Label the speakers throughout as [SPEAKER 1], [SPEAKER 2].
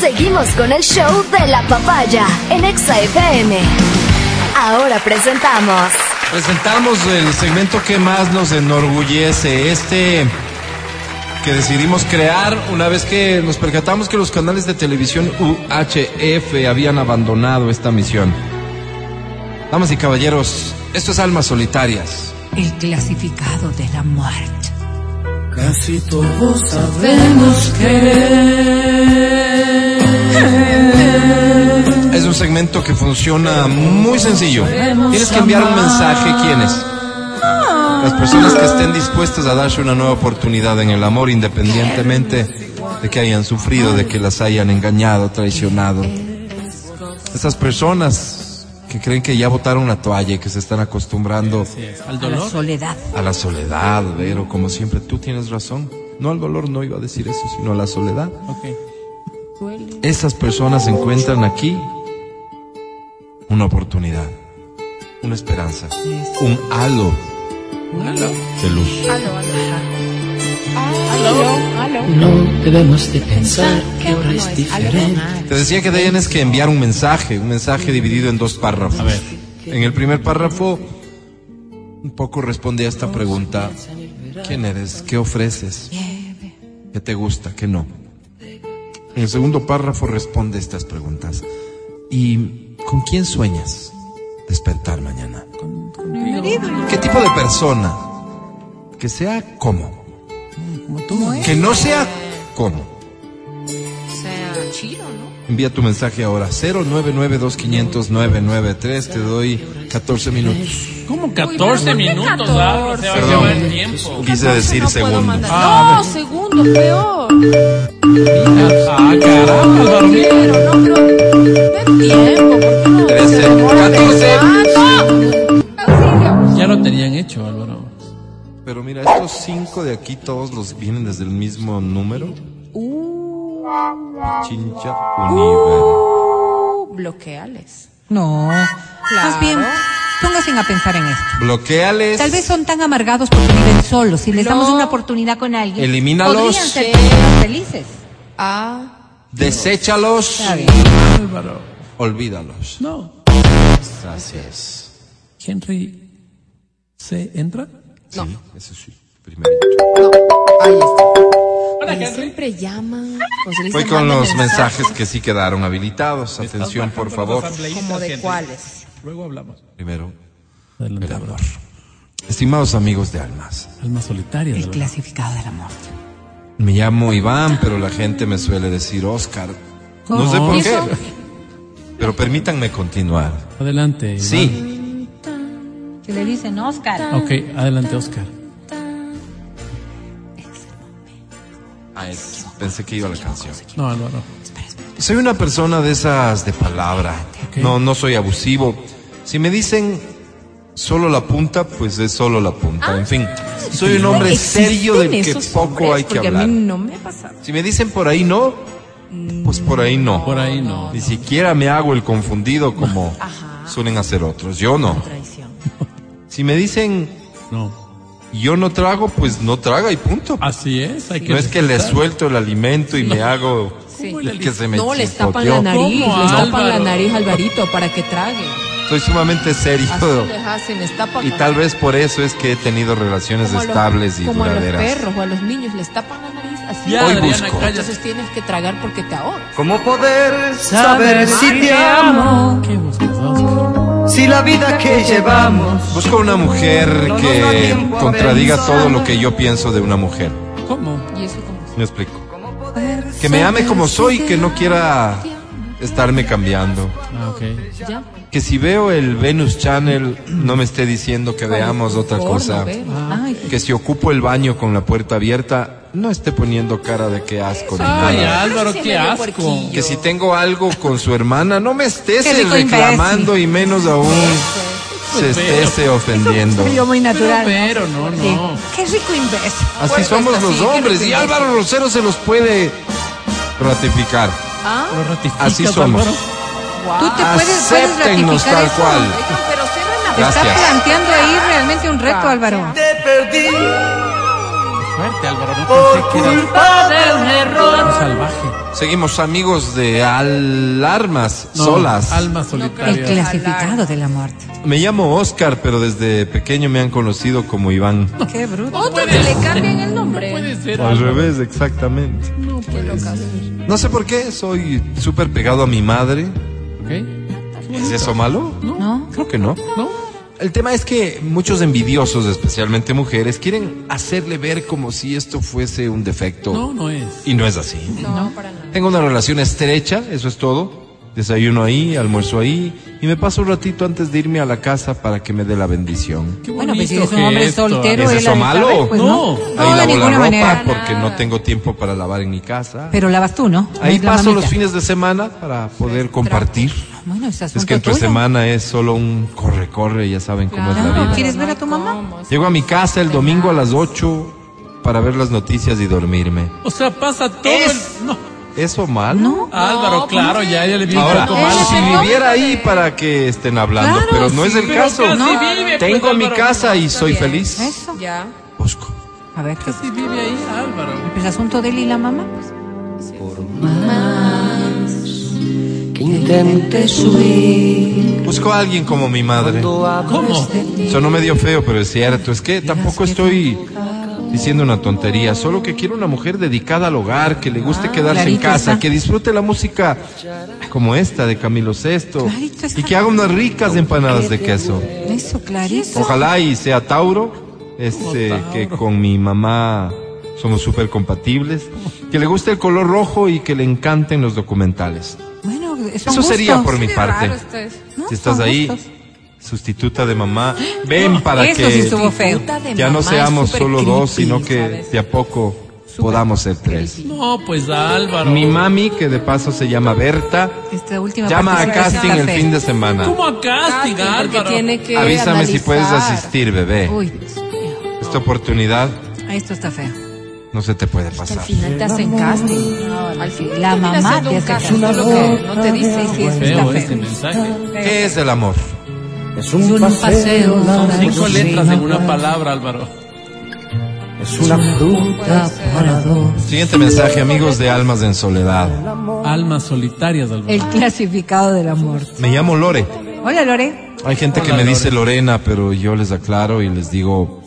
[SPEAKER 1] Seguimos con el show de la papaya en Exa FM. Ahora presentamos.
[SPEAKER 2] Presentamos el segmento que más nos enorgullece, este que decidimos crear una vez que nos percatamos que los canales de televisión UHF habían abandonado esta misión. Damas y caballeros, esto es Almas Solitarias.
[SPEAKER 3] El clasificado de la muerte.
[SPEAKER 4] Casi todos sabemos que
[SPEAKER 2] es un segmento que funciona muy sencillo. Tienes que enviar un mensaje, ¿quién es? Las personas que estén dispuestas a darse una nueva oportunidad en el amor, independientemente de que hayan sufrido, de que las hayan engañado, traicionado. Estas personas que creen que ya botaron la toalla y que se están acostumbrando
[SPEAKER 3] al dolor. A la soledad.
[SPEAKER 2] A la soledad, Vero, como siempre, tú tienes razón. No al dolor, no iba a decir eso, sino a la soledad. Okay. Estas personas encuentran aquí una oportunidad, una esperanza, un halo de luz.
[SPEAKER 4] No debemos de pensar que ahora es diferente.
[SPEAKER 2] Te decía que tienes que enviar un mensaje, un mensaje dividido en dos párrafos. A ver. En el primer párrafo, un poco responde a esta pregunta: ¿Quién eres? ¿Qué ofreces? ¿Qué te gusta? ¿Qué no? En el segundo párrafo responde estas preguntas: ¿Y con quién sueñas despertar mañana? ¿Qué tipo de persona? Que sea como. Que no sea como.
[SPEAKER 3] Sea chido, ¿no?
[SPEAKER 2] Envía tu mensaje ahora. 0992500 Te doy 14 minutos.
[SPEAKER 5] ¿Cómo 14 minutos? Ah, o sea,
[SPEAKER 2] Perdón, va a el tiempo. Quise decir
[SPEAKER 6] no
[SPEAKER 2] segundo.
[SPEAKER 6] Ah, no, segundo, peor.
[SPEAKER 5] Ah, caramba,
[SPEAKER 6] Pero no, pero. Ten tiempo, ¿por qué no? Ah,
[SPEAKER 2] Trece, catorce.
[SPEAKER 5] Ya lo tenían hecho, Álvaro.
[SPEAKER 2] Pero mira, estos cinco de aquí todos los vienen desde el mismo número.
[SPEAKER 3] Uh.
[SPEAKER 2] Chincha Univer.
[SPEAKER 6] Uh, bloqueales.
[SPEAKER 3] No. Más bien, pónganse a pensar en esto.
[SPEAKER 2] Bloqueales.
[SPEAKER 3] Tal vez son tan amargados porque viven solos. Si les damos una oportunidad con alguien,
[SPEAKER 2] Elimínalos.
[SPEAKER 3] podrían ser personas felices.
[SPEAKER 6] Ah.
[SPEAKER 2] Deséchalos.
[SPEAKER 3] Está bien.
[SPEAKER 5] Álvaro.
[SPEAKER 2] Olvídalos.
[SPEAKER 5] No.
[SPEAKER 2] Gracias.
[SPEAKER 5] Henry. ¿Se entra?
[SPEAKER 2] Sí,
[SPEAKER 6] No.
[SPEAKER 2] eso sí. Primero.
[SPEAKER 6] No. Ahí está.
[SPEAKER 5] Hola,
[SPEAKER 6] Oye,
[SPEAKER 5] Henry.
[SPEAKER 6] siempre llaman. pues, Lisa,
[SPEAKER 2] Voy con
[SPEAKER 6] manda
[SPEAKER 2] los
[SPEAKER 6] mensajes.
[SPEAKER 2] mensajes que sí quedaron habilitados. Atención, por favor.
[SPEAKER 6] ¿Como de cuáles?
[SPEAKER 5] Luego hablamos.
[SPEAKER 2] Primero,
[SPEAKER 5] Adelante.
[SPEAKER 2] el amor. Estimados amigos de almas,
[SPEAKER 5] Alma solitaria.
[SPEAKER 3] El clasificado de la muerte.
[SPEAKER 2] me llamo Iván, pero la gente me suele decir Oscar. No sé por qué. Pero permítanme continuar.
[SPEAKER 5] Adelante. Iván.
[SPEAKER 2] Sí,
[SPEAKER 3] Que le dicen Oscar.
[SPEAKER 5] Ok, adelante, Oscar.
[SPEAKER 2] Ah, es- pensé que iba la canción.
[SPEAKER 5] No, Álvaro.
[SPEAKER 2] Soy una persona de esas de palabra.
[SPEAKER 5] Ok.
[SPEAKER 2] No, no soy abusivo. Si me dicen solo la punta, pues es solo la punta. En fin, soy un hombre serio del que
[SPEAKER 6] Ah, ¿Existen esos
[SPEAKER 2] poco
[SPEAKER 6] hombres?
[SPEAKER 2] hay que
[SPEAKER 6] Porque
[SPEAKER 2] hablar.
[SPEAKER 6] a mí no me ha pasado.
[SPEAKER 2] Si me dicen por ahí no, pues por ahí no.
[SPEAKER 5] Por ahí no.
[SPEAKER 2] Ni siquiera me hago el confundido como suelen hacer otros. Yo no.
[SPEAKER 6] Traición.
[SPEAKER 2] Si me dicen
[SPEAKER 5] No.
[SPEAKER 2] yo no trago, pues no traga y punto.
[SPEAKER 6] Ah,
[SPEAKER 5] Así es. Hay que
[SPEAKER 2] No es que le
[SPEAKER 5] respetar.
[SPEAKER 2] suelto el alimento y me hago
[SPEAKER 6] Sí.
[SPEAKER 2] el que se me
[SPEAKER 6] No, les tapan
[SPEAKER 2] chispoteó.
[SPEAKER 6] la nariz,
[SPEAKER 5] ¿Cómo,
[SPEAKER 6] les tapan la
[SPEAKER 5] Álvaro?
[SPEAKER 6] nariz al varito para que trague.
[SPEAKER 2] Soy sumamente serio.
[SPEAKER 6] Así les hacen, les tapan
[SPEAKER 2] Y
[SPEAKER 6] la
[SPEAKER 2] tal
[SPEAKER 6] nariz.
[SPEAKER 2] vez por eso es que he tenido relaciones
[SPEAKER 6] Como a los-
[SPEAKER 2] estables y
[SPEAKER 6] como a los
[SPEAKER 2] duraderas.
[SPEAKER 6] perros o a los niños, les tapan la nariz así.
[SPEAKER 5] Ya,
[SPEAKER 2] Hoy
[SPEAKER 5] Adriana,
[SPEAKER 2] busco.
[SPEAKER 5] cállate.
[SPEAKER 6] Entonces tienes que tragar porque te ahogas.
[SPEAKER 7] ¿Cómo poder saber si te amo?
[SPEAKER 5] ¿Qué buscas, Oscar?
[SPEAKER 7] Si la vida que llevamos
[SPEAKER 2] Busco una mujer
[SPEAKER 7] No nos da
[SPEAKER 2] que
[SPEAKER 7] tiempo a
[SPEAKER 2] contradiga
[SPEAKER 7] pensar.
[SPEAKER 2] todo lo que yo pienso de una mujer.
[SPEAKER 5] ¿Cómo?
[SPEAKER 6] Y eso como
[SPEAKER 2] Me explico. Que me ame como soy, que no quiera estarme cambiando.
[SPEAKER 5] Ah, ok.
[SPEAKER 6] ya.
[SPEAKER 2] Que si veo el Venus Channel no me esté diciendo que veamos otra
[SPEAKER 6] Porno,
[SPEAKER 2] cosa.
[SPEAKER 5] Ah,
[SPEAKER 6] ve.
[SPEAKER 3] Ay,
[SPEAKER 2] Que si ocupo el baño con la puerta abierta no esté poniendo cara de que asco ni
[SPEAKER 5] Ay,
[SPEAKER 2] nada.
[SPEAKER 5] Álvaro,
[SPEAKER 6] Sí,
[SPEAKER 5] qué
[SPEAKER 6] medio
[SPEAKER 5] asco.
[SPEAKER 6] puerquillo.
[SPEAKER 2] Que si tengo algo con su hermana no me estés
[SPEAKER 3] Qué rico
[SPEAKER 2] reclamando y menos aún se esté ofendiendo.
[SPEAKER 3] yo muy natural.
[SPEAKER 5] Pero no,
[SPEAKER 3] Sí.
[SPEAKER 5] no.
[SPEAKER 3] Qué rico imbécil.
[SPEAKER 2] Así
[SPEAKER 6] Bueno,
[SPEAKER 2] somos
[SPEAKER 6] pues, así,
[SPEAKER 2] los
[SPEAKER 6] ¿qué nos
[SPEAKER 2] hombres y
[SPEAKER 6] interesa?
[SPEAKER 2] Álvaro Rosero se los puede ratificar.
[SPEAKER 6] Ah,
[SPEAKER 5] Lo ratificas,
[SPEAKER 2] Así somos.
[SPEAKER 5] Álvaro.
[SPEAKER 3] Tú te puedes, puedes
[SPEAKER 2] Acéptennos
[SPEAKER 3] ratificar
[SPEAKER 2] tal
[SPEAKER 3] eso.
[SPEAKER 2] cual.
[SPEAKER 6] oigan, pero cierran la
[SPEAKER 3] Está
[SPEAKER 2] Gracias.
[SPEAKER 3] planteando ahí realmente un reto, Álvaro.
[SPEAKER 7] te perdí
[SPEAKER 5] fuerte, Álvaro. No pensé que eras
[SPEAKER 7] culpa de un error.
[SPEAKER 5] un salvaje.
[SPEAKER 2] Seguimos amigos de alarmas
[SPEAKER 5] No,
[SPEAKER 2] solas.
[SPEAKER 5] Alma
[SPEAKER 3] El
[SPEAKER 5] solitaria.
[SPEAKER 3] clasificado de la muerte.
[SPEAKER 2] Me llamo Oscar, pero desde pequeño me han conocido como Iván.
[SPEAKER 3] Qué bruto.
[SPEAKER 6] Otra que le cambien el nombre.
[SPEAKER 5] Puede ser.
[SPEAKER 2] Al revés, exactamente. Pues,
[SPEAKER 6] Qué locas.
[SPEAKER 2] No sé por qué, soy súper pegado a mi madre.
[SPEAKER 5] ¿Ok?
[SPEAKER 2] ¿Es eso malo?
[SPEAKER 3] ¿No?
[SPEAKER 2] Creo que no.
[SPEAKER 5] ¿No?
[SPEAKER 2] El tema es que muchos envidiosos, especialmente mujeres, quieren hacerle ver como si esto fuese un defecto.
[SPEAKER 5] No, no es.
[SPEAKER 2] Y no es así.
[SPEAKER 6] No, para nada.
[SPEAKER 2] Tengo una relación estrecha, eso es todo. Desayuno ahí, almuerzo ahí y me paso un ratito antes de irme a la casa para que me dé la bendición.
[SPEAKER 5] Qué
[SPEAKER 3] Bueno, pues si
[SPEAKER 5] bonito
[SPEAKER 3] es un hombre
[SPEAKER 5] gesto,
[SPEAKER 3] soltero,
[SPEAKER 2] ¿Es
[SPEAKER 3] él ha
[SPEAKER 2] eso
[SPEAKER 3] de
[SPEAKER 2] malo?
[SPEAKER 3] saber, pues no,
[SPEAKER 5] No.
[SPEAKER 3] no,
[SPEAKER 2] ahí
[SPEAKER 3] de
[SPEAKER 2] lavo la
[SPEAKER 3] ninguna
[SPEAKER 2] ropa
[SPEAKER 3] manera.
[SPEAKER 2] porque no tengo tiempo para lavar en mi casa.
[SPEAKER 3] Pero lavas tú, ¿no? No
[SPEAKER 2] ahí
[SPEAKER 3] es la
[SPEAKER 2] paso
[SPEAKER 3] mamita.
[SPEAKER 2] los fines de semana para poder compartir.
[SPEAKER 3] Bueno, es asunto
[SPEAKER 2] Es que entre
[SPEAKER 3] tuyo.
[SPEAKER 2] semana es solo un corre-corre, ya saben cómo es la
[SPEAKER 3] Claro,
[SPEAKER 2] vida.
[SPEAKER 3] ¿Quieres ver a tu mamá?
[SPEAKER 2] Llego a mi casa el domingo a las 8 para ver las noticias y dormirme.
[SPEAKER 5] O sea, pasa todo
[SPEAKER 2] Es-
[SPEAKER 5] el... No.
[SPEAKER 2] ¿Eso mal?
[SPEAKER 3] No. pues eh,
[SPEAKER 5] Álvaro, claro, ya ella le vi un
[SPEAKER 2] Ahora,
[SPEAKER 5] poco mal.
[SPEAKER 2] si viviera ahí para que estén hablando,
[SPEAKER 3] Claro,
[SPEAKER 2] pero no
[SPEAKER 3] sí,
[SPEAKER 2] es el
[SPEAKER 5] pero
[SPEAKER 2] caso.
[SPEAKER 5] casi
[SPEAKER 3] No.
[SPEAKER 5] vive, pues,
[SPEAKER 2] Tengo mi
[SPEAKER 5] Álvaro.
[SPEAKER 2] casa y soy feliz.
[SPEAKER 3] Eso.
[SPEAKER 6] Ya.
[SPEAKER 2] Busco.
[SPEAKER 3] A ver, ¿qué es
[SPEAKER 5] Casi vive ahí, Álvaro.
[SPEAKER 3] el asunto de él y la mamá? pues.
[SPEAKER 7] Que intentes huir.
[SPEAKER 2] Busco a alguien como mi madre.
[SPEAKER 3] Ah,
[SPEAKER 5] ¿Cómo?
[SPEAKER 2] Sonó medio feo, pero es cierto. Es que tampoco estoy diciendo una tontería. Solo que quiero una mujer dedicada al hogar, que le guste quedarse en
[SPEAKER 3] clarito
[SPEAKER 2] casa,
[SPEAKER 3] Ah, está.
[SPEAKER 2] que disfrute la música como esta de Camilo Sesto
[SPEAKER 3] Clarito está.
[SPEAKER 2] y que haga unas ricas empanadas de queso.
[SPEAKER 3] Eso, clarito.
[SPEAKER 2] Ojalá y sea Tauro, este, que con mi mamá somos súper compatibles, que le guste el color rojo y que le encanten los documentales.
[SPEAKER 3] Bueno, son
[SPEAKER 2] Eso sería
[SPEAKER 3] gustos.
[SPEAKER 2] por mi
[SPEAKER 6] Qué
[SPEAKER 2] parte.
[SPEAKER 6] raro esto es.
[SPEAKER 3] No,
[SPEAKER 2] Si estás
[SPEAKER 3] son
[SPEAKER 2] ahí,
[SPEAKER 3] gustos.
[SPEAKER 2] sustituta de mamá, ven para
[SPEAKER 3] Eso
[SPEAKER 2] que
[SPEAKER 3] sí estuvo feo.
[SPEAKER 2] ya no seamos solo dos, sino que
[SPEAKER 6] ¿sabes?
[SPEAKER 2] de a poco podamos ser tres.
[SPEAKER 5] No, pues Álvaro.
[SPEAKER 2] Mi mami, que de paso se llama Berta,
[SPEAKER 3] Esta última
[SPEAKER 2] llama
[SPEAKER 3] parte
[SPEAKER 2] a
[SPEAKER 3] sí resulta
[SPEAKER 2] casting el
[SPEAKER 3] fea.
[SPEAKER 2] fin de semana.
[SPEAKER 5] ¿Cómo a casting,
[SPEAKER 6] Porque
[SPEAKER 5] Álvaro?
[SPEAKER 6] tiene que
[SPEAKER 2] Avísame si puedes
[SPEAKER 6] analizar.
[SPEAKER 2] asistir, bebé.
[SPEAKER 3] Uy, Dios mío.
[SPEAKER 2] Esta oportunidad
[SPEAKER 3] esto está feo.
[SPEAKER 2] no se te puede pasar.
[SPEAKER 6] final te hacen casting. Al final
[SPEAKER 3] La
[SPEAKER 6] termina
[SPEAKER 3] mamá
[SPEAKER 6] siendo
[SPEAKER 3] te
[SPEAKER 6] un
[SPEAKER 3] hace
[SPEAKER 6] casting,
[SPEAKER 3] casting.
[SPEAKER 6] solo que no te dice si es
[SPEAKER 5] Feo
[SPEAKER 3] Está
[SPEAKER 5] este
[SPEAKER 3] feo.
[SPEAKER 5] mensaje.
[SPEAKER 2] ¿Qué es el amor?
[SPEAKER 7] Es un paseo.
[SPEAKER 3] Ah,
[SPEAKER 5] Son
[SPEAKER 7] largo
[SPEAKER 5] cinco
[SPEAKER 7] sin
[SPEAKER 5] letras en una
[SPEAKER 3] pues.
[SPEAKER 7] acabar.
[SPEAKER 5] palabra, Álvaro.
[SPEAKER 7] Es una fruta para dos.
[SPEAKER 2] Siguiente mensaje, amigos de Almas en Soledad.
[SPEAKER 5] Almas solitarias, Álvaro.
[SPEAKER 3] El clasificado de la muerte.
[SPEAKER 2] Me llamo Lore.
[SPEAKER 3] Hola, Lore.
[SPEAKER 2] Hay gente que
[SPEAKER 5] Hola,
[SPEAKER 2] me dice Lorena, pero yo les aclaro y les digo,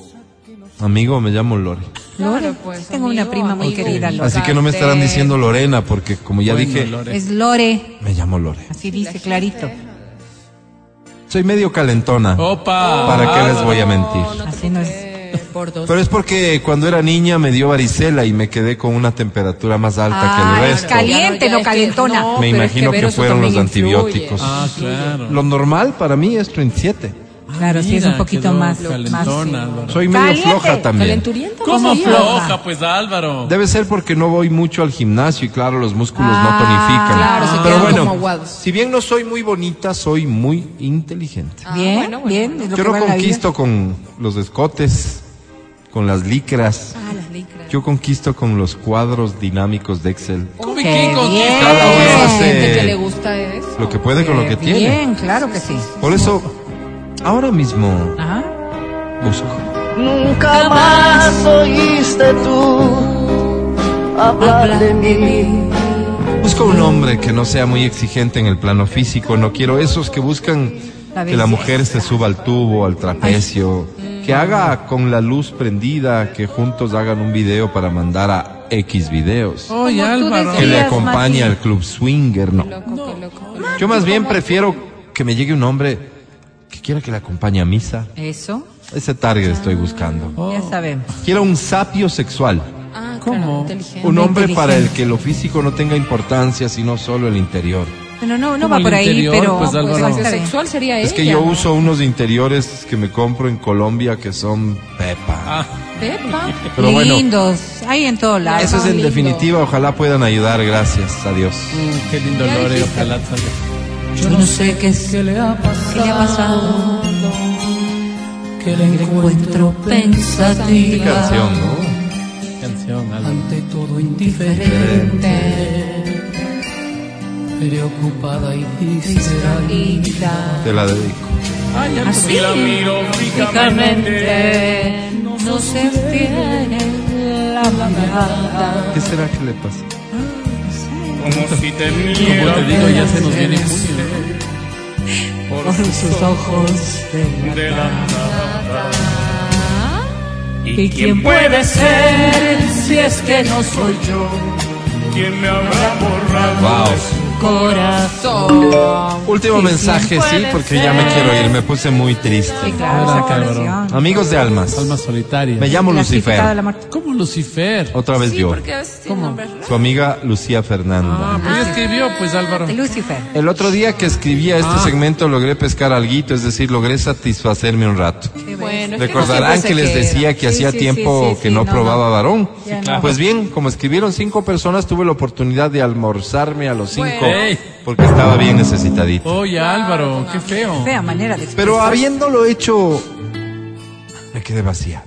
[SPEAKER 2] amigo, me llamo Lore.
[SPEAKER 3] Lore.
[SPEAKER 6] Claro, pues,
[SPEAKER 3] Tengo una
[SPEAKER 6] amigo,
[SPEAKER 3] prima muy
[SPEAKER 6] amigo.
[SPEAKER 3] querida, Lore.
[SPEAKER 2] Así que no me estarán diciendo Lorena porque, como ya
[SPEAKER 5] Bueno,
[SPEAKER 2] dije,
[SPEAKER 5] Lore.
[SPEAKER 3] Es Lore.
[SPEAKER 2] me llamo Lore.
[SPEAKER 3] Así dice clarito.
[SPEAKER 6] Ah,
[SPEAKER 2] Soy medio calentona.
[SPEAKER 5] Opa.
[SPEAKER 2] ¿Para qué les
[SPEAKER 5] Álvaro.
[SPEAKER 2] voy a mentir?
[SPEAKER 3] Así no es.
[SPEAKER 6] Eh, por dos.
[SPEAKER 2] Pero es porque cuando era niña me dio varicela y me quedé con una temperatura más alta que
[SPEAKER 3] Ah,
[SPEAKER 2] el
[SPEAKER 3] es
[SPEAKER 2] resto.
[SPEAKER 3] caliente,
[SPEAKER 6] Ya no, ya
[SPEAKER 3] no
[SPEAKER 6] es que
[SPEAKER 3] calentona.
[SPEAKER 6] no.
[SPEAKER 2] Me
[SPEAKER 6] pero es
[SPEAKER 2] imagino
[SPEAKER 6] que ver
[SPEAKER 2] que
[SPEAKER 6] eso
[SPEAKER 2] fueron los
[SPEAKER 6] también influye.
[SPEAKER 2] antibióticos.
[SPEAKER 5] Ah, claro.
[SPEAKER 2] Lo normal para mí es 37.
[SPEAKER 3] Claro, sí, es
[SPEAKER 5] Mira,
[SPEAKER 3] un poquito
[SPEAKER 5] quedó
[SPEAKER 3] más. eh,
[SPEAKER 5] Calentona,
[SPEAKER 3] más,
[SPEAKER 5] Álvaro.
[SPEAKER 2] Soy medio
[SPEAKER 3] Caliente.
[SPEAKER 2] floja también.
[SPEAKER 6] Calenturienta,
[SPEAKER 5] ¿Cómo
[SPEAKER 6] ¿no?
[SPEAKER 5] floja, pues Álvaro?
[SPEAKER 2] Debe ser porque no voy mucho al gimnasio y claro, los músculos no tonifican.
[SPEAKER 6] claro, se
[SPEAKER 2] Ah, Pero
[SPEAKER 6] quedan
[SPEAKER 2] bueno,
[SPEAKER 6] como aguados.
[SPEAKER 2] si bien no soy muy bonita, soy muy inteligente.
[SPEAKER 3] sí. Bien,
[SPEAKER 6] Ah, bueno, bueno,
[SPEAKER 3] bien. es lo
[SPEAKER 2] Yo
[SPEAKER 3] que
[SPEAKER 2] no
[SPEAKER 3] va en la vida.
[SPEAKER 2] conquisto con los escotes, con las licras.
[SPEAKER 6] Ah, las licras.
[SPEAKER 2] Yo conquisto con los cuadros dinámicos de Excel.
[SPEAKER 5] ¿Cómo y
[SPEAKER 3] Qué
[SPEAKER 5] quién
[SPEAKER 3] bien.
[SPEAKER 5] contesta?
[SPEAKER 2] Cada uno
[SPEAKER 6] Gente que le
[SPEAKER 2] hace
[SPEAKER 6] gusta eso.
[SPEAKER 2] este, lo que puede con lo que tiene.
[SPEAKER 3] Bien, claro que sí.
[SPEAKER 2] Por eso, ahora mismo
[SPEAKER 3] Ajá.
[SPEAKER 2] busco.
[SPEAKER 7] Nunca más oíste tú hablar de mí.
[SPEAKER 2] Busco un hombre que no sea muy exigente en el plano físico. No quiero esos que buscan
[SPEAKER 3] La
[SPEAKER 2] que la
[SPEAKER 3] belleza.
[SPEAKER 2] mujer se suba al tubo, al trapecio, que haga con la luz prendida, que juntos hagan un video para mandar a X videos,
[SPEAKER 5] Oye,
[SPEAKER 3] Como tú
[SPEAKER 5] Álvaro.
[SPEAKER 2] que le
[SPEAKER 3] decías,
[SPEAKER 2] acompañe
[SPEAKER 3] Mati.
[SPEAKER 2] al club swinger. No.
[SPEAKER 6] Loco, qué loco.
[SPEAKER 2] Yo más bien prefiero que me llegue un hombre que quiera que le acompañe a misa.
[SPEAKER 3] Eso,
[SPEAKER 2] Ese target estoy buscando.
[SPEAKER 3] ya sabemos.
[SPEAKER 2] Quiero un sapio sexual.
[SPEAKER 6] Ah, claro,
[SPEAKER 5] ¿Cómo?
[SPEAKER 6] inteligente.
[SPEAKER 2] Un hombre
[SPEAKER 3] inteligente.
[SPEAKER 2] para el que lo físico no tenga importancia, sino solo el interior.
[SPEAKER 3] Bueno, no, no
[SPEAKER 5] Como
[SPEAKER 3] va
[SPEAKER 5] el
[SPEAKER 3] por ahí,
[SPEAKER 5] interior,
[SPEAKER 3] pero.
[SPEAKER 5] pues,
[SPEAKER 3] pero
[SPEAKER 5] Álvaro.
[SPEAKER 3] está bien.
[SPEAKER 6] sexual sería
[SPEAKER 2] Es que
[SPEAKER 6] ella,
[SPEAKER 2] yo
[SPEAKER 6] ¿no?
[SPEAKER 2] uso unos interiores que me compro en Colombia que son pepa.
[SPEAKER 5] Ah,
[SPEAKER 6] Pepa.
[SPEAKER 2] Pero bueno,
[SPEAKER 3] Lindos, hay en todo lado.
[SPEAKER 2] eso es en
[SPEAKER 6] Ah. lindo.
[SPEAKER 2] definitiva. Ojalá puedan ayudar. Gracias. Adiós.
[SPEAKER 5] mm, qué lindo Lore, ojalá salga.
[SPEAKER 3] Yo no sé qué, es, qué le ha pasado,
[SPEAKER 7] Que le encuentro
[SPEAKER 2] Qué
[SPEAKER 7] pensativa.
[SPEAKER 2] canción, ¿no?
[SPEAKER 5] Canción, Álvaro.
[SPEAKER 7] Ante todo indiferente. Preocupada y visceral.
[SPEAKER 2] Te la dedico.
[SPEAKER 5] Ay, Álvaro. Si la miro fijamente.
[SPEAKER 7] No se tiene. la mirada.
[SPEAKER 2] ¿Qué será que le pasa?
[SPEAKER 8] Como si te
[SPEAKER 5] Como te digo,
[SPEAKER 8] miro
[SPEAKER 5] ya se nos viene junio.
[SPEAKER 7] Por sus ojos de
[SPEAKER 8] de la nada.
[SPEAKER 7] ¿Y quién puede ser si es que no soy yo?
[SPEAKER 8] ¿Quién me habrá borrado?
[SPEAKER 2] Wow.
[SPEAKER 7] Corazón.
[SPEAKER 2] Último mensaje, sí, porque ya me quiero ir. Me puse muy triste.
[SPEAKER 3] Claro,
[SPEAKER 5] Hola,
[SPEAKER 3] esa
[SPEAKER 5] cabrón.
[SPEAKER 3] canción.
[SPEAKER 2] Amigos de almas.
[SPEAKER 5] Alma solitaria.
[SPEAKER 2] Me llamo
[SPEAKER 3] Clasificado de la
[SPEAKER 2] Lucifer.
[SPEAKER 3] muerte.
[SPEAKER 5] ¿Cómo Lucifer?
[SPEAKER 2] Otra vez
[SPEAKER 6] Sí,
[SPEAKER 2] yo.
[SPEAKER 6] porque a veces tiene nombre raro.
[SPEAKER 2] Su amiga Lucía Fernanda.
[SPEAKER 5] Ah, pues ya escribió, pues Álvaro.
[SPEAKER 3] De Lucifer.
[SPEAKER 2] El otro día que escribía este
[SPEAKER 5] Ah.
[SPEAKER 2] segmento logré pescar alguito, es decir, logré satisfacerme un rato.
[SPEAKER 6] Bueno, es que no
[SPEAKER 2] Recordarán
[SPEAKER 6] siempre
[SPEAKER 2] que les
[SPEAKER 6] se queda.
[SPEAKER 2] decía que
[SPEAKER 3] Sí,
[SPEAKER 2] hacía
[SPEAKER 3] sí,
[SPEAKER 2] tiempo
[SPEAKER 3] sí, sí,
[SPEAKER 2] que
[SPEAKER 3] sí,
[SPEAKER 2] no
[SPEAKER 3] no,
[SPEAKER 2] probaba
[SPEAKER 3] no.
[SPEAKER 2] varón.
[SPEAKER 3] Sí, claro.
[SPEAKER 2] Pues bien, como escribieron cinco personas, tuve la oportunidad de almorzarme a los cinco
[SPEAKER 5] Ey.
[SPEAKER 2] porque estaba bien necesitadito.
[SPEAKER 5] Oye, Álvaro, qué feo.
[SPEAKER 3] Fea manera de
[SPEAKER 2] Pero habiéndolo hecho, me quedé vacía.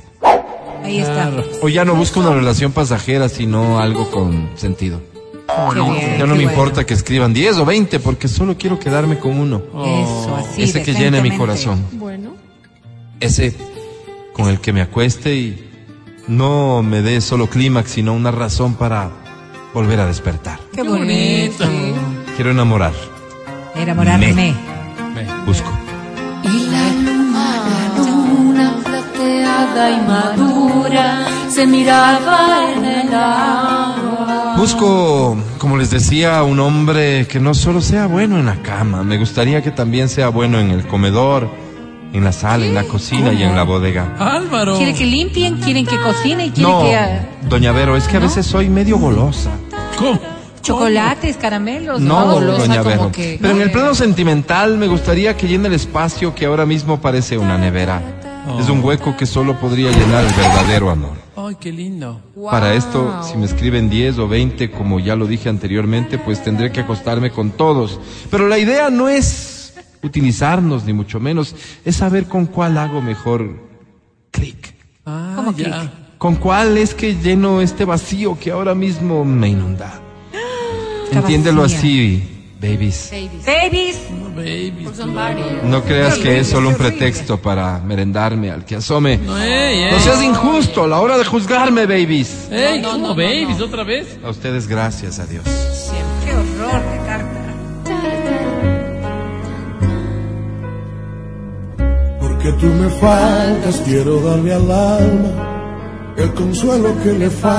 [SPEAKER 3] Ahí está.
[SPEAKER 2] O ya no busco una relación pasajera, sino algo con sentido.
[SPEAKER 3] Qué bien,
[SPEAKER 2] Ya no
[SPEAKER 3] qué
[SPEAKER 2] me
[SPEAKER 3] bueno.
[SPEAKER 2] importa que escriban 10 o 20 porque solo quiero quedarme con uno.
[SPEAKER 3] Eso, así.
[SPEAKER 2] ese que llene mi
[SPEAKER 3] decentemente.
[SPEAKER 2] corazón.
[SPEAKER 6] Bueno,
[SPEAKER 2] Ese con el que me acueste y no me dé solo clímax, sino una razón para volver a despertar.
[SPEAKER 3] Qué bonito.
[SPEAKER 2] Quiero enamorar.
[SPEAKER 3] Enamorarme.
[SPEAKER 2] Me.
[SPEAKER 5] Ve.
[SPEAKER 2] Busco.
[SPEAKER 7] Y la luna, la luna plateada y madura se miraba en el agua.
[SPEAKER 2] Busco, como les decía, un hombre que no solo sea bueno en la cama. Me gustaría que también sea bueno en el comedor, en la sala, en la cocina y en la bodega.
[SPEAKER 5] Álvaro.
[SPEAKER 3] Quieren que limpien, quieren que cocine y quieren
[SPEAKER 2] No,
[SPEAKER 3] que... ah,
[SPEAKER 2] doña Vero, es que a veces soy medio golosa.
[SPEAKER 5] ¿Cómo?
[SPEAKER 3] Chocolates, caramelos.
[SPEAKER 2] No,
[SPEAKER 3] Pues golosa,
[SPEAKER 2] doña
[SPEAKER 3] como
[SPEAKER 2] Vero.
[SPEAKER 3] que-
[SPEAKER 2] Pero en el plano sentimental me gustaría que llene el espacio que ahora mismo parece una nevera. Es un hueco que solo podría llenar el verdadero amor.
[SPEAKER 5] Ay, qué lindo.
[SPEAKER 2] Para esto, si me escriben 10 o 20, como ya lo dije anteriormente, pues tendré que acostarme con todos. Pero la idea no es utilizarnos, ni mucho menos, es saber con cuál hago mejor clic.
[SPEAKER 5] Ah,
[SPEAKER 3] ¿Cómo
[SPEAKER 5] ya.
[SPEAKER 3] clic?
[SPEAKER 2] ¿Con cuál es que lleno este vacío que ahora mismo me inunda?
[SPEAKER 3] Está
[SPEAKER 2] Entiéndelo
[SPEAKER 3] vacía.
[SPEAKER 2] así, babies.
[SPEAKER 6] babies.
[SPEAKER 3] Babies.
[SPEAKER 5] No, baby.
[SPEAKER 6] Son varios.
[SPEAKER 2] No creas que es solo un pretexto para merendarme al que asome.
[SPEAKER 5] No, ey, ey.
[SPEAKER 2] No seas injusto a la hora de juzgarme, babies.
[SPEAKER 5] Ey, ¿cómo babies? ¿Otra vez?
[SPEAKER 2] A ustedes gracias a Dios.
[SPEAKER 3] Qué horror de carta.
[SPEAKER 9] Porque tú me faltas, quiero darle al alma el consuelo que le falta.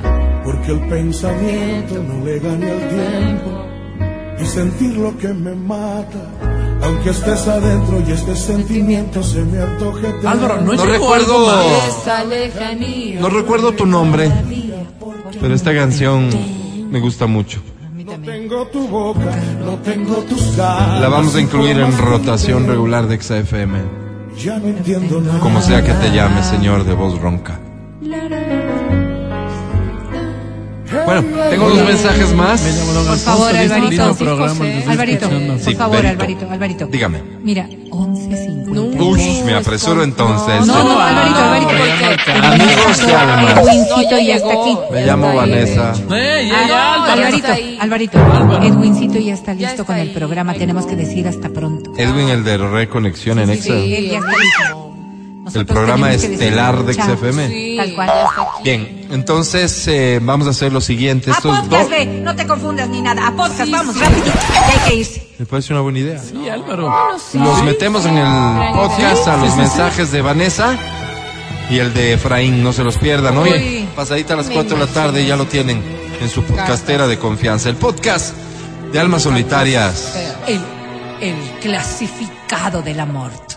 [SPEAKER 6] Falta.
[SPEAKER 9] Porque el pensamiento no le gane al tiempo y sentir lo que me mata. Aunque estés adentro y este sentimiento se me antoje. eterno.
[SPEAKER 5] Álvaro,
[SPEAKER 2] No
[SPEAKER 5] no, llegó
[SPEAKER 2] recuerdo-
[SPEAKER 5] Pues algo más?
[SPEAKER 6] Esa lejanía.
[SPEAKER 2] No recuerdo tu nombre, pero esta canción me gusta mucho.
[SPEAKER 9] No tengo tu boca, no tengo tus ganas.
[SPEAKER 2] La vamos a incluir en
[SPEAKER 9] Formas
[SPEAKER 2] rotación
[SPEAKER 9] que
[SPEAKER 2] regular de XFM.
[SPEAKER 9] tengo, Ya no entiendo nada.
[SPEAKER 2] Como sea que te llame, señor de voz ronca. Bueno, tengo dos mensajes
[SPEAKER 5] Me
[SPEAKER 2] más.
[SPEAKER 5] llamó don
[SPEAKER 3] Por
[SPEAKER 5] Alfonso,
[SPEAKER 3] favor,
[SPEAKER 5] dice un
[SPEAKER 3] Alvarito.
[SPEAKER 5] lindo
[SPEAKER 3] Sí,
[SPEAKER 5] programa, nos está
[SPEAKER 3] Alvarito,
[SPEAKER 5] escuchando.
[SPEAKER 2] Sí,
[SPEAKER 3] por favor,
[SPEAKER 2] Berito.
[SPEAKER 3] Alvarito, Alvarito.
[SPEAKER 2] Dígame.
[SPEAKER 3] Mira, 11.50.
[SPEAKER 2] Uy, me apresuro entonces.
[SPEAKER 3] No, no,
[SPEAKER 5] Ah,
[SPEAKER 3] Alvarito, Alvarito,
[SPEAKER 5] ya
[SPEAKER 3] porque
[SPEAKER 5] marca.
[SPEAKER 3] el mañana
[SPEAKER 2] Amigos de
[SPEAKER 3] pasó a
[SPEAKER 2] almas.
[SPEAKER 3] Edwincito
[SPEAKER 6] No,
[SPEAKER 3] y
[SPEAKER 6] ya
[SPEAKER 3] hasta
[SPEAKER 6] llegó.
[SPEAKER 3] aquí.
[SPEAKER 2] Me llamo
[SPEAKER 6] Ya está ahí,
[SPEAKER 2] Vanessa.
[SPEAKER 5] Ey, ey,
[SPEAKER 3] Ah,
[SPEAKER 6] ya
[SPEAKER 5] Álvaro.
[SPEAKER 6] está ahí.
[SPEAKER 3] Alvarito, Alvarito,
[SPEAKER 5] Álvaro.
[SPEAKER 3] Edwincito ya está listo
[SPEAKER 6] está
[SPEAKER 3] con el
[SPEAKER 6] ahí.
[SPEAKER 3] programa.
[SPEAKER 6] Ay,
[SPEAKER 3] Tenemos
[SPEAKER 6] no.
[SPEAKER 3] que decir hasta pronto.
[SPEAKER 2] Edwin, el de Reconexión en Exa.
[SPEAKER 6] sí.
[SPEAKER 3] Él ya está listo.
[SPEAKER 2] El
[SPEAKER 3] Nosotros
[SPEAKER 2] programa
[SPEAKER 3] tenemos que decir
[SPEAKER 2] estelar de
[SPEAKER 3] chao.
[SPEAKER 2] XFM.
[SPEAKER 6] Sí,
[SPEAKER 3] Tal cual.
[SPEAKER 6] ya está aquí.
[SPEAKER 2] Bien, entonces eh, vamos a hacer lo siguiente.
[SPEAKER 3] A
[SPEAKER 2] Estos
[SPEAKER 3] Ah, podcast,
[SPEAKER 2] dos-
[SPEAKER 3] ve, no te confundas ni nada. A podcast, vamos, rápido. Ya hay que irse.
[SPEAKER 2] Me parece una buena idea.
[SPEAKER 5] Sí, Álvaro.
[SPEAKER 2] Los metemos en el podcast a los mensajes de Vanessa y el de Efraín, no se los pierdan. Hoy,
[SPEAKER 3] Uy.
[SPEAKER 2] pasadita a las 4 de la tarde, ya lo tienen en su podcastera de confianza. El podcast de Almas Solitarias.
[SPEAKER 3] El, el clasificado de la muerte.